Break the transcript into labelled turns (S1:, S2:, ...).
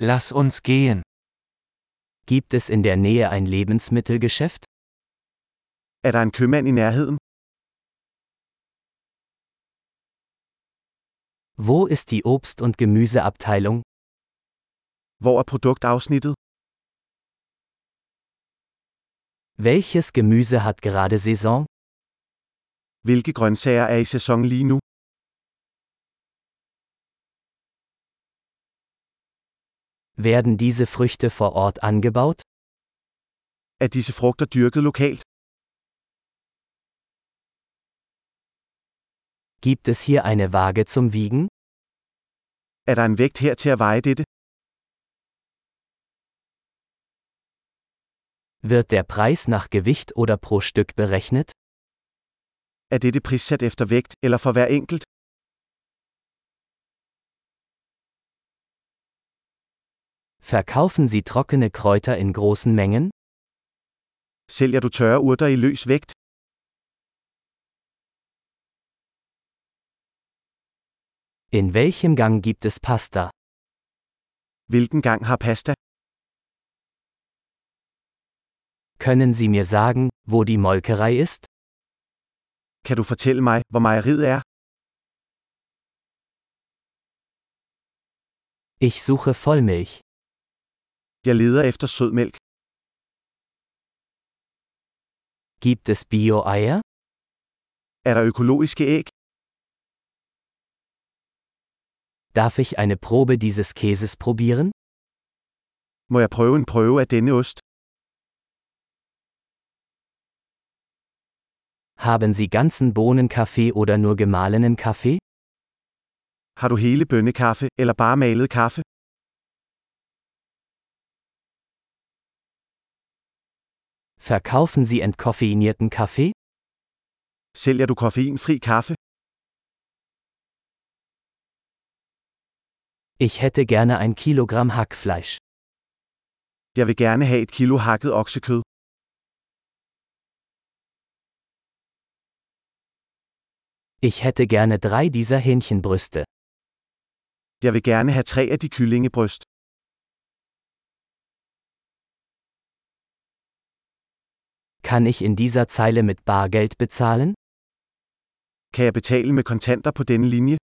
S1: Lass uns gehen.
S2: Gibt es in der Nähe ein Lebensmittelgeschäft?
S3: Er der en købmand i nærheden?
S2: Wo ist die Obst- und Gemüseabteilung?
S3: Hvor er produktafsnittet?
S2: Welches Gemüse hat gerade Saison?
S3: Hvilke grøntsager er i sæson lige nu?
S2: Werden diese Früchte vor Ort angebaut?
S3: Er disse frugter dyrket lokalt?
S2: Gibt es hier eine Waage zum Wiegen?
S3: Er der en vægt her til at veje dette?
S2: Wird der Preis nach Gewicht oder pro Stück berechnet?
S3: Er dette prissat efter vægt eller for hver enkelt?
S2: Verkaufen Sie trockene Kräuter in großen Mengen?
S3: Sælger du tørre urter i løs vægt?
S2: In welchem Gang gibt es Pasta?
S3: Hvilken gang har pasta?
S2: Können Sie mir sagen, wo die Molkerei ist?
S3: Kan du fortælle mig, hvor mejeriet er?
S2: Ich suche Vollmilch.
S3: Jeg leder efter sødmælk.
S2: Gibt es Bio-Eier?
S3: Er der økologiske æg?
S2: Darf ich eine Probe dieses Käses probieren?
S3: Må jeg prøve en prøve af denne ost?
S2: Haben Sie ganzen Bohnenkaffee oder nur gemahlenen Kaffee?
S3: Har du hele bønnekaffe eller bare malet kaffe?
S2: Verkaufen Sie entkoffeinierten Kaffee?
S3: Sælger du koffeinfri kaffe?
S2: Ich hätte gerne ein Kilogramm Hackfleisch.
S3: Jeg vil gerne have et kilo hakket oksekød.
S2: Ich hätte gerne drei dieser Hähnchenbrüste.
S3: Jeg vil gerne have tre af de kyllingebryst.
S2: Kann ich in dieser Zeile mit Bargeld bezahlen?
S3: Kan jeg betale med kontanter på denne linje?